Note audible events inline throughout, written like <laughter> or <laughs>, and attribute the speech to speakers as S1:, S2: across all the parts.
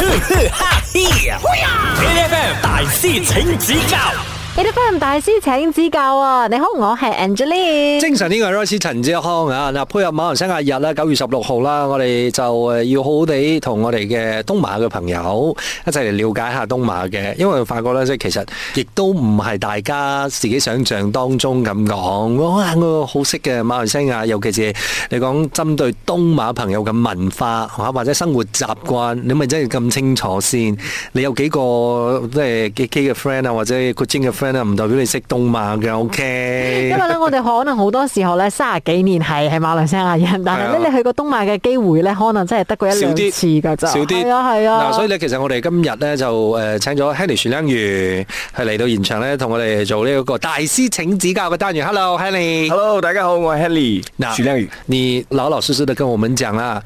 S1: 哈嘿，A.F.M. 大師請指教
S2: 你哋歡迎大師請指教啊！你好，我係 Angeline。
S3: 精神呢個係 Royce 陳志康啊！嗱，配合馬來西亞日啦，九月十六號啦，我哋就誒要好好地同我哋嘅東馬嘅朋友一齊嚟了解下東馬嘅，因為發覺咧，即係其實亦都唔係大家自己想象當中咁講，哇！我好識嘅馬來西亞，尤其是你講針對東馬朋友嘅文化嚇或者生活習慣，你咪真係咁清楚先。你有幾個即係 KK 嘅 friend 啊，或者 Kuching 嘅 friend 啊，唔代表你識東馬嘅，OK？
S2: 因為咧，我哋可能好多時候咧，三十幾年係係馬來西亞人，但係
S3: 係
S2: 咧，
S3: 啊
S2: 你去過東馬嘅機會咧，可能真係得過一
S3: 少
S2: 兩
S3: 啲
S2: 次㗎咋。
S3: 少啲，
S2: 係啊，係啊。
S3: 嗱，所以咧，其實我哋今日咧就誒請咗 Henry 徐亮宇係嚟到現場咧，同我哋做呢一個大師請指教嘅單元。Hello，Henry。
S4: Hello，大家好，我系 Henry
S3: 那
S4: 徐亮宇。
S3: 你老老實實的跟我們講啦。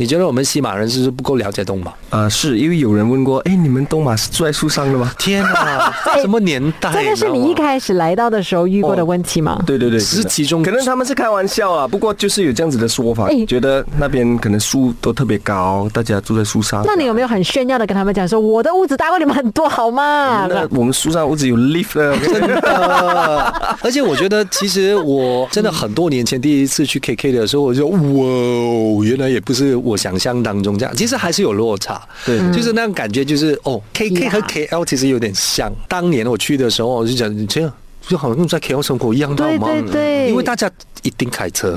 S3: 你覺得我們西馬人是不是不夠了解東馬？
S4: 呃，是因为有人问过，哎，你们东马是住在树上的吗？
S3: 天 <laughs> 啊，什麼年代？
S2: 這個是你一開始來到的時候遇過的
S3: 啊
S2: 問題嗎？
S4: 对对对，
S3: 是其中
S4: 可能他们是开玩笑啊，不过就是有这样子的说法
S2: 哎，
S4: 觉得那边可能树都特别高，大家住在树上。
S2: 那你有沒有很炫耀的跟他們講說，我的屋子大過你們很多，好嗎？
S4: 那我们树上屋子有 lift 的， <laughs>
S3: <laughs> 而且我覺得，其實我真的很多年前第一次去 KK 的時候，我就哇哦，原來也不是我想象當中這樣，其實還是有落差。
S4: 對
S2: 嗯
S3: 就是那種感覺，就是哦，KK 和 KL 其實有點像。當年我去的時候，我就講這樣。就好像在 KL 生活一樣，知道嗎？
S2: 對對對
S3: 因為大家一定開車，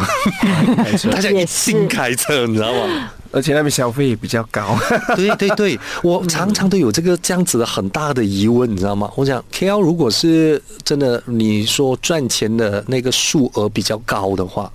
S3: <laughs> 大家一
S2: 也是
S3: 定開車，你知道嗎？
S4: 而且那边消费也比较高。 <laughs>
S3: <laughs> 对对对，我常常都有这个这样子的很大的疑问，你知道吗？我想 K L 如果是真的，你说赚钱的那个数额比较高的话，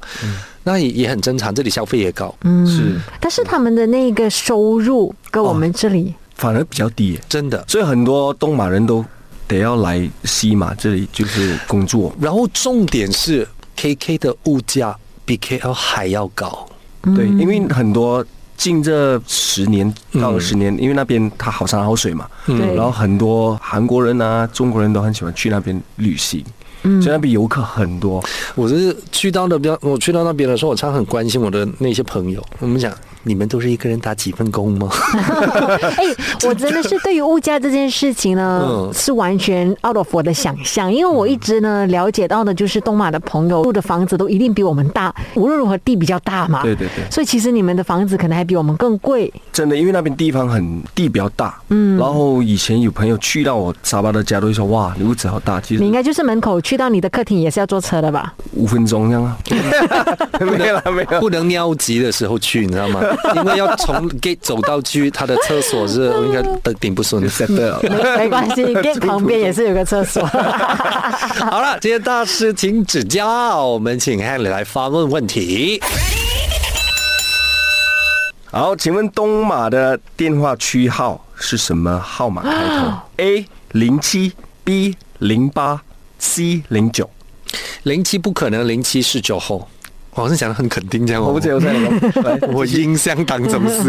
S3: 那也也很正常，这里消费也高，
S2: 嗯
S4: 是，
S2: 但是他們的那個收入跟我
S3: 哦
S2: 們這裡，
S4: 反而比较低耶，
S3: 真的。
S4: 所以很多东马人都得要来西马这里就是工作。
S3: 然后重点是 K K 的物价比 K L 还要高，
S4: 对，因为很多近这十年到二十年，因为那边它好山好水嘛，
S2: 对
S4: 然后很多韩国人啊、中国人都很喜欢去那边旅行，所以那边游客很多。
S3: 我是去到那边，我去到那边的时候，我常常很关心我的那些朋友。我们讲，你们都是一个人打几份工吗？
S2: 哎、我真的是对于物价这件事情呢，
S3: 嗯
S2: 是完全 out of 我的想象，因为我一直呢了解到的就是东马的朋友住的房子都一定比我们大，无论如何地比较大嘛，
S4: 对对对
S2: 所以其实你们的房子可能还比我们更贵，
S4: 真的，因为那边地方很地比较大，嗯，然后以前有朋友去到我沙巴的家都会说哇，你屋子好大，其
S2: 你应
S4: 实
S2: 该就是门口去到你的客厅也是要坐车的吧？
S4: 五分钟这样啊，没有啦没有，
S3: 不能尿急的时候去，你知道吗？因为要从 gate 走到去他的厕所是应该顶顶不顺
S4: 就。set 了。
S2: 没关系，gate 旁边也是有个厕所。
S3: 好了，今天大师请指教，我们请 Henry 来发问问题。
S4: 好，请问东马的电话区号是什么号码开头？A 零七，B 零八，C 零九。
S3: 零七不可能，零七是九后。我好像讲的很肯定这样哦，
S4: 我不知道在哪个，来，
S3: 我印象当中是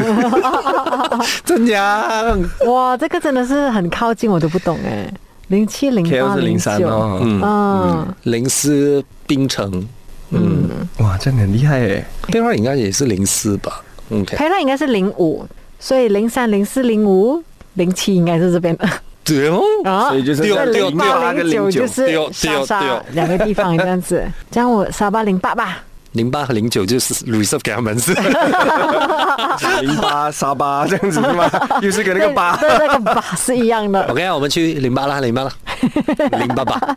S3: 怎样？
S2: <laughs> 哇，这个真的是很靠近，我都不懂哎。零七零八
S4: KL 是
S2: 零
S4: 零三
S2: 九，
S4: 哦，
S3: 嗯，
S2: 嗯，
S3: 零四冰城，嗯，
S4: 哇，这样很厉害哎，
S3: 电话应该也是零四吧？OK，
S2: 排到应该是零五，所以零三零四零五零七应该是这边的。
S3: 对哦，
S2: 啊，
S4: 所以就是
S3: 在
S2: 零八
S4: 08
S2: 零
S4: 跟
S2: 九
S4: 09
S2: 就是
S3: 丢
S2: 沙
S3: 丢
S2: 沙
S3: 丢
S2: 两个地方这样
S3: <laughs>
S2: 子，这样我沙巴零八吧。
S3: 零八和零九就是 reserve 给他们是。
S4: 零八沙巴这样子是吗？又是跟那个八。
S2: 对，对那个八是一样
S3: <laughs>
S2: 的。
S3: OK，我们去零八啦，零
S2: <laughs>
S3: 八啦，零八八。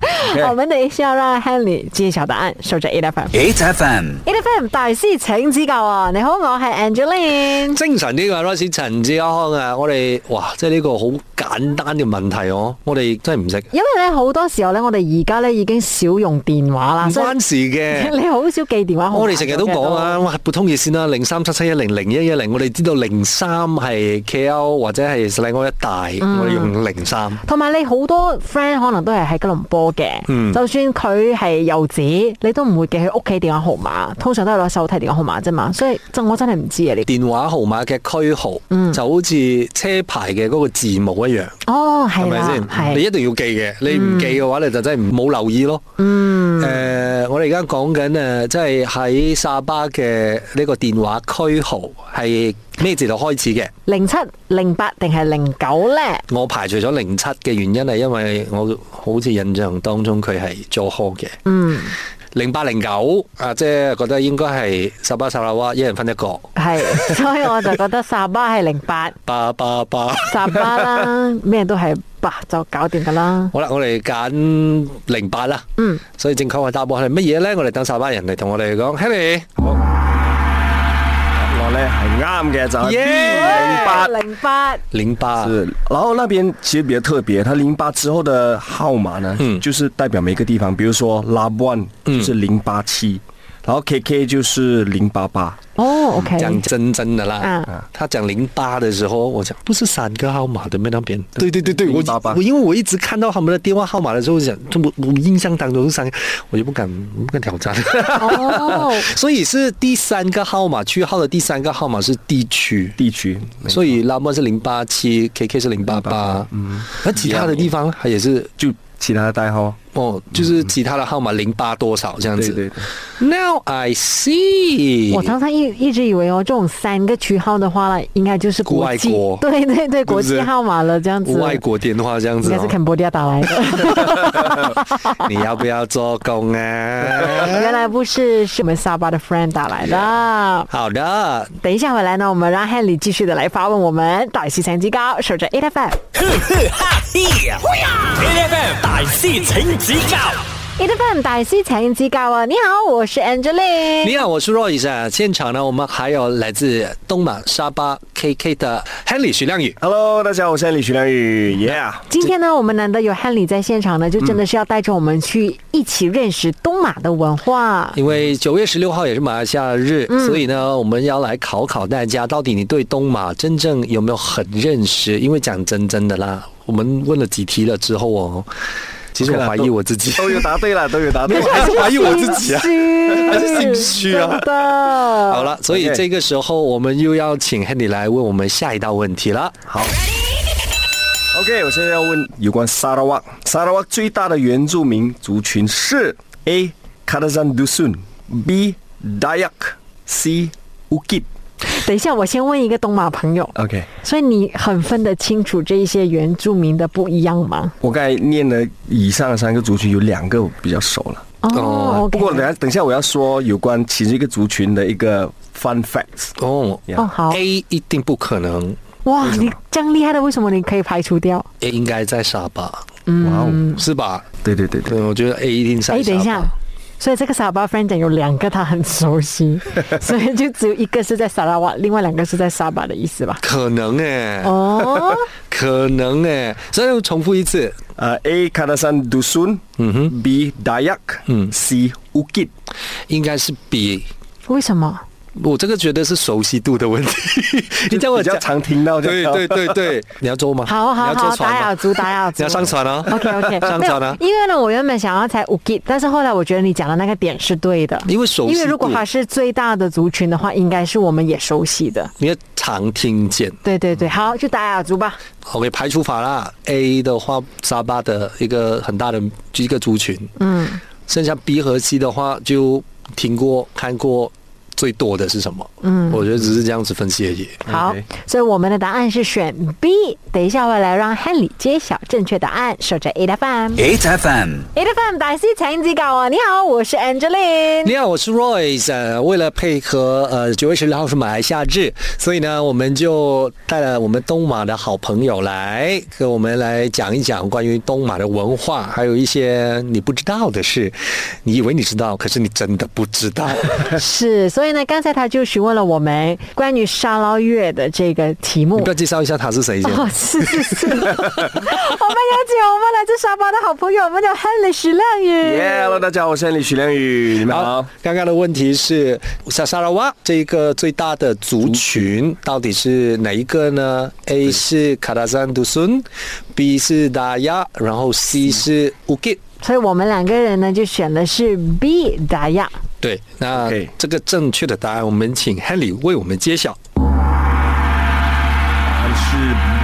S2: 我们等一下让 Henry 揭晓答案，守着 A F M。
S1: ，H F M。
S2: A F M 大師請指教啊！你好，我係 Angeline。
S3: 精神呢個 r o s 陳志康啊，我哋哇，即係呢個好簡單嘅問題哦，我哋真係唔識，
S2: 因為咧好多時候咧，我哋而家咧已經少用電話啦，
S3: 唔
S2: 啊所以
S3: 關事嘅。
S2: <laughs> 你好少記電話號碼
S3: 我哋成日都講啊，哇，撥通熱線啦，零三七七一零零一一零，我哋知道零三係 KL 或者係 s l a n 一帶，
S2: 嗯
S3: 我哋用零三。
S2: 同埋你好多 friend 可能都係喺吉隆坡嘅，就算佢係遊子，你都唔會記佢屋企電話號碼，通常都係攞手提電話號碼啫嘛。所以真我真係唔知啊，你
S3: <laughs> 電話號碼嘅區號
S2: 嗯
S3: 就好似車牌嘅嗰個字母一樣，
S2: 哦
S3: 係
S2: 係
S3: 咪
S2: 啦，
S3: 先？你
S2: 係嗯
S3: 一定要記嘅，你唔記嘅話，你就真係冇留意咯。呃我哋而家講緊誒，即係喺沙巴嘅呢個電話區號係咩字度開始嘅？
S2: 零七、零八定係零九咧？
S3: 我排除咗零七嘅原因係因為我好似印象當中佢係做科嘅。
S2: 嗯，
S3: 零八零九啊，即係覺得應該係十巴十拉哇，一人分一個，
S2: 係，所以我就覺得沙巴係零八，
S3: 巴巴巴。
S2: 沙巴啦，咩都係八就搞掂噶啦。
S3: 好啦，我哋揀零八啦。嗯，所以正確嘅答案係乜嘢呢？我哋等沙巴人嚟同我哋講，Henry，
S4: 我咧係啱嘅，就係 B 零八
S3: 耶
S2: 零八，
S3: 零八
S4: 是，然后那边其实比较特别，它零八之后的号码呢，就是代表每个地方，比如说拉布安就是零八七，然后 KK 就是零八八，
S2: 哦，OK，
S3: 讲真真的啦，啊
S2: 嗯
S3: 他讲零八的时候，我讲不是三个号码的吗？那边对对对对，我
S4: 088
S3: 我因为我一直看到他们的电话号码的时候，我想我我印象当中是三个，我就不敢不敢挑战。
S2: 哦，
S3: <laughs> 所以是第三个号码，区号的第三个号码是地区，
S4: 地区，
S3: 所以拉莫是零八七，KK 是零八八，嗯，那其他的地方它也是
S4: 就其他的代号。
S3: 哦，就是其他的号码零八多少这样子。
S4: 对对对
S3: Now
S2: <laughs>
S3: I see，
S2: 我常常一一直以为哦，这种三个区号的话呢，应该就是国际，
S3: 国外
S2: <laughs>
S3: 国
S2: 对对对，
S3: 不
S2: 国
S3: 是
S2: 际号码了，这样子。
S3: 外国电话这样
S2: 应
S3: 子、
S2: 该是
S3: 哦。
S2: 肯波迪亚打来的，
S3: <laughs> 你要不要做工啊？
S2: 原来不是，是我们沙巴的 friend 打来的。
S3: 好的，
S2: 等一下回来呢，我们让 Henry 继续的来发问我们，到底是成绩高，守着 A F M。
S1: 哈嘿，A F M 大师请指教
S2: 一的饭大师请指教啊！你好，我是 Angeline。
S3: 你好，我是 Royce 啊。现场呢，我们还有来自东马沙巴 KK 的 Henry 徐亮宇。
S4: Hello，大家好，我是李徐亮宇，Yeah，
S2: 今天呢，我们难得有汉里在现场呢，就
S3: 嗯
S2: 真的是要带着我们去一起认识东马的文化。
S3: 因为九月十六号也是马来西亚日，所以呢，我们要来考考大家，到底你对东马真正有没有很认识？因为讲真真的啦，我们问了几题了之后哦，其实我
S4: OK 啦
S3: 怀疑我自己。
S4: <laughs> 都有答对了，都有答对
S3: 没
S4: 了，
S3: 有还是怀疑我自己啊
S2: 还
S4: 还是心虚
S3: <laughs>
S4: 啊
S2: 真的。
S3: 好了，所以
S4: OK
S3: 这个时候我们又要请 Henry 来问我们下一道问题了。
S4: 好。OK，我现在要问有关沙拉瓦。沙拉瓦最大的原住民族群是 A. k a d a z a n Dusun，B. Dayak，C. Ukit。
S2: 等一下，我先问一个东马朋友，
S4: OK，
S2: 所以你很分得清楚这一些原住民的不一样吗？
S4: 我刚才念了以上的三个族群，有两个我比较熟了。
S2: 哦
S4: 不
S2: ，OK。
S4: 过等下等一下我要说有关其中一个族群的一个 fun facts。
S3: 哦
S4: Yeah
S2: 哦，好
S3: A 一定不可能
S2: 哇，你这样厉害的，为什么你可以排除掉？
S3: ，A 应该在沙巴，
S4: 哇哦，
S3: 是吧？
S4: 对对对对，
S3: 对，我觉得 A 一定在沙巴。
S2: 嗯哎，等一下，所以这个沙巴 friend 讲有两个他很
S4: <laughs>
S2: 熟悉，所以就只有一个是在沙拉瓦，另外两个是在沙巴的意
S4: <laughs>
S2: 思吧？
S3: 可能哎、
S2: 哦，
S3: 可能哎、所以我重复一次，
S4: 呃，A. k a d a z a n Dusun，嗯
S3: Mm-hmm.
S4: 哼，B. Dayak，嗯，C.
S3: Mm.
S4: Ukit。
S3: 应该是 B。
S2: 为什么？
S3: 我这个觉得是熟悉度的问
S2: <laughs>
S3: 题，你叫我
S4: 比较
S3: 讲，
S4: 常听到就
S3: 对
S4: 好
S3: 对对对， <laughs> 你要做吗？
S2: 好好
S3: 你要
S2: 好，
S3: 坐
S2: 打
S3: 船
S2: 扰
S3: 吗？
S2: 族，打扰族。
S3: 你要上船哦。
S2: OK OK，
S3: 上船啊
S2: 因为呢，我原本想要猜五 G，但是后来我觉得你讲的那个点是对的，
S3: 因为熟悉
S2: 因为如果
S3: 度
S2: 它是最大的族群的话，应该是我们也熟悉的。
S3: 你要常听见。
S2: 对对
S3: 嗯
S2: 对，好，就打扰族吧。
S3: OK，排除法啦。A 的话，沙巴的一个很大的一个族群，嗯，剩下 B 和 C 的话，就听过看过最多的是什么？嗯，我觉得只是这样子分析而已。
S2: 好
S4: OK
S2: 所以我们的答案是选 B。等一下我来让汉里揭晓正确答案，守着 A F M。
S1: ，H F M。
S2: A F M 大师请指教啊！你好，我是 Angeline。
S3: 你好，我是 Royce、呃。为了配合呃九月十六号是马来西亚日，所以呢，我们就带了我们东马的好朋友来和我们来讲一讲关于东马的文化，还有一些你不知道的事。你以为你知道，可是你真的不知 <laughs> 道。
S2: 是，所以呢，刚才他就询问了我们关于沙捞越的这个题目
S3: 你不。要介绍一下他是谁先？
S2: 哦，是是
S3: <laughs>
S2: 是，我们有请我们来自沙巴的好朋友，我们的 Henry 徐亮宇。
S4: 耶！Hello，大家好，我是李徐亮宇，你们好。，
S3: 刚刚的问题是沙沙拉哇这一个最大的族群到底是哪一个呢？A 是卡达山独孙，B 是达亚，然后 C 是乌吉。
S2: 所以我们两个人呢就选的是 B 答亚。
S3: 对，那
S4: OK
S3: 这个正确的答案，我们请 Henry 为我们揭晓。
S4: 答案是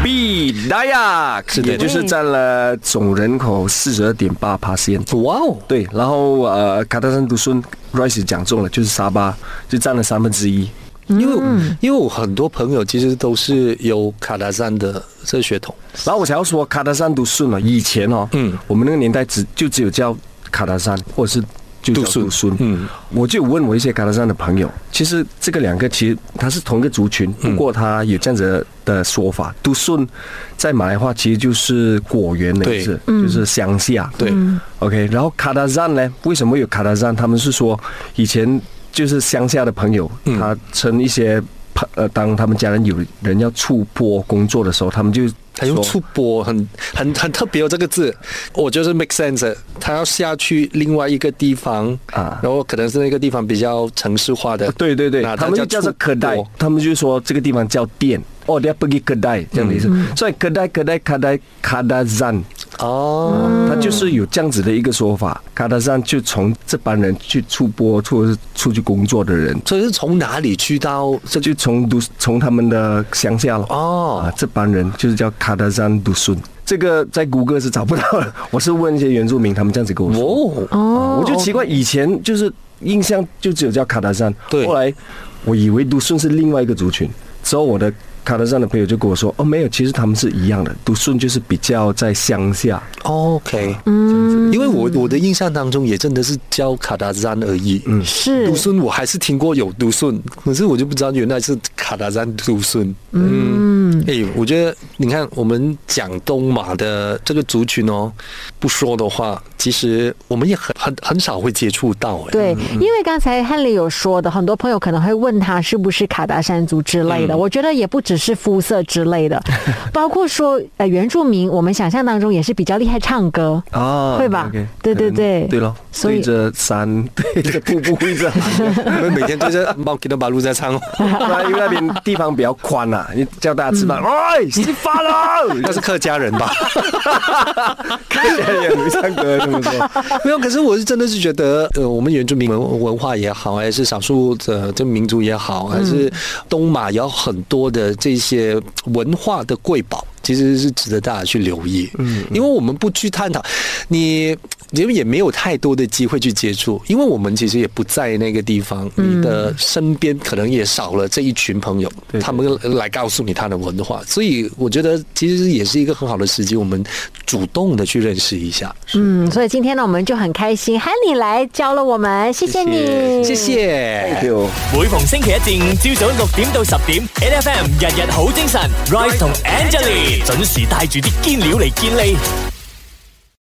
S4: B Dayak，
S3: 是的
S4: 也就是占了总人口四十二点八帕线。
S3: 哇哦，
S4: 对，然后呃，卡达山独孙 Rice 讲中了，就是沙巴就占了三分之一。
S3: 因为我、因为我很多朋友其实都是有卡达山的这血统，
S4: 然后我想要说卡达山独孙哦，以前哦，
S3: 嗯
S4: 我们那个年代只就只有叫卡达山，或者是。就叫
S3: 独孙
S4: 独孙，
S3: 嗯
S4: 嗯，我就有问我一些卡达山的朋友，其实这个两个其实它是同一个族群，不过它有这样子的说法。独孙在马来话其实就是果园的意思，就是乡下。
S3: 对，
S4: OK，然后卡达赞呢？为什么有卡达赞？他们是说以前就是乡下的朋友，他称一些朋呃，当他们家人有人要出坡工作的时候，他们就
S3: 他用
S4: 说
S3: 出波很很很特别哦，这个字，我觉得是 make sense 的。他要下去另外一个地方
S4: 啊
S3: 然后可能是那个地方比较城市化的，
S4: 对对对，
S3: 那
S4: 他们就叫做可代
S3: 出，
S4: 他们就说这个地方叫店。哦，dia pergi kedai 这样的意思，所以 kedai kedai kedai kadazan，
S3: 波哦，
S4: 他就是有这样子的一个说法，kadazan 就从这帮人去出坡出出去工作的人，
S3: 所以是从哪里去到这
S4: 就从读从他们的乡下了。
S3: 哦
S4: 啊，这帮人就是叫卡达山独孙，这个在谷歌是找不到的。我是问一些原住民，他们这样子跟我说，
S3: 哦，
S2: 哦，
S4: 啊我就奇怪，以前就是印象就只有叫卡达山，
S3: 对
S4: 后来我以为独孙是另外一个族群，之后我的。卡达山的朋友就跟我说：“哦，没有，其实他们是一样的。独孙就是比较在乡下，
S3: 哦 OK，嗯，因为我我的印象当中也真的是叫卡达山而已，嗯，
S2: 是
S3: 独孙我还是听过有独孙，可是我就不知道原来是卡达山独孙，嗯，哎、我觉得你看我们讲东马的这个族群哦，不说的话，其实我们也很很很少会接触到、哎，
S2: 对，因为刚才汉丽有说的，很多朋友可能会问他是不是卡达山族之类的。
S3: 嗯
S2: 我觉得也不只是肤色之类
S3: <laughs>
S2: 的，包括说呃原住民，我们想象当中也是比较厉害唱歌
S4: 啊
S2: 会吧
S4: OK，
S2: 对对
S4: 可能
S2: 对
S4: 对咯，
S2: 所
S4: 对
S2: 以
S4: 着山，对着瀑布，对着海，
S3: <laughs> 我们每天对着猫吉的马路在唱哦，
S4: 那因为那边地方比较宽啊，你叫大家吃饭，哎，吃饭了， <laughs>
S3: 那是客家人吧？
S4: 看起来也没唱歌这么 <laughs> 说。
S3: <laughs> 没有，可是我是真的是觉得，呃，我们原住民文文化也好，还是少数的这民族也好，
S4: 嗯
S3: 还是东马有很多的这些文化的瑰宝，其实是值得大家去留意。嗯，因为我们不去探讨，你因为也没有太多的机会去接触，因为我们其实也不在那个地方，你的身边可能也少了这一群朋友，
S4: 对
S3: 他们来告诉你他的文化，所以我觉得其实也是一个很好的时机，我们主动的去认识一下。
S2: 嗯，所以今天呢，我们就很开心，汉丽来教了我们，谢谢你，
S3: 谢谢。
S4: 就
S1: 每逢星期一至五朝早六點到十點，N F M 日日好精神，Rise 同 Angelie 準時帶住啲堅料嚟健利。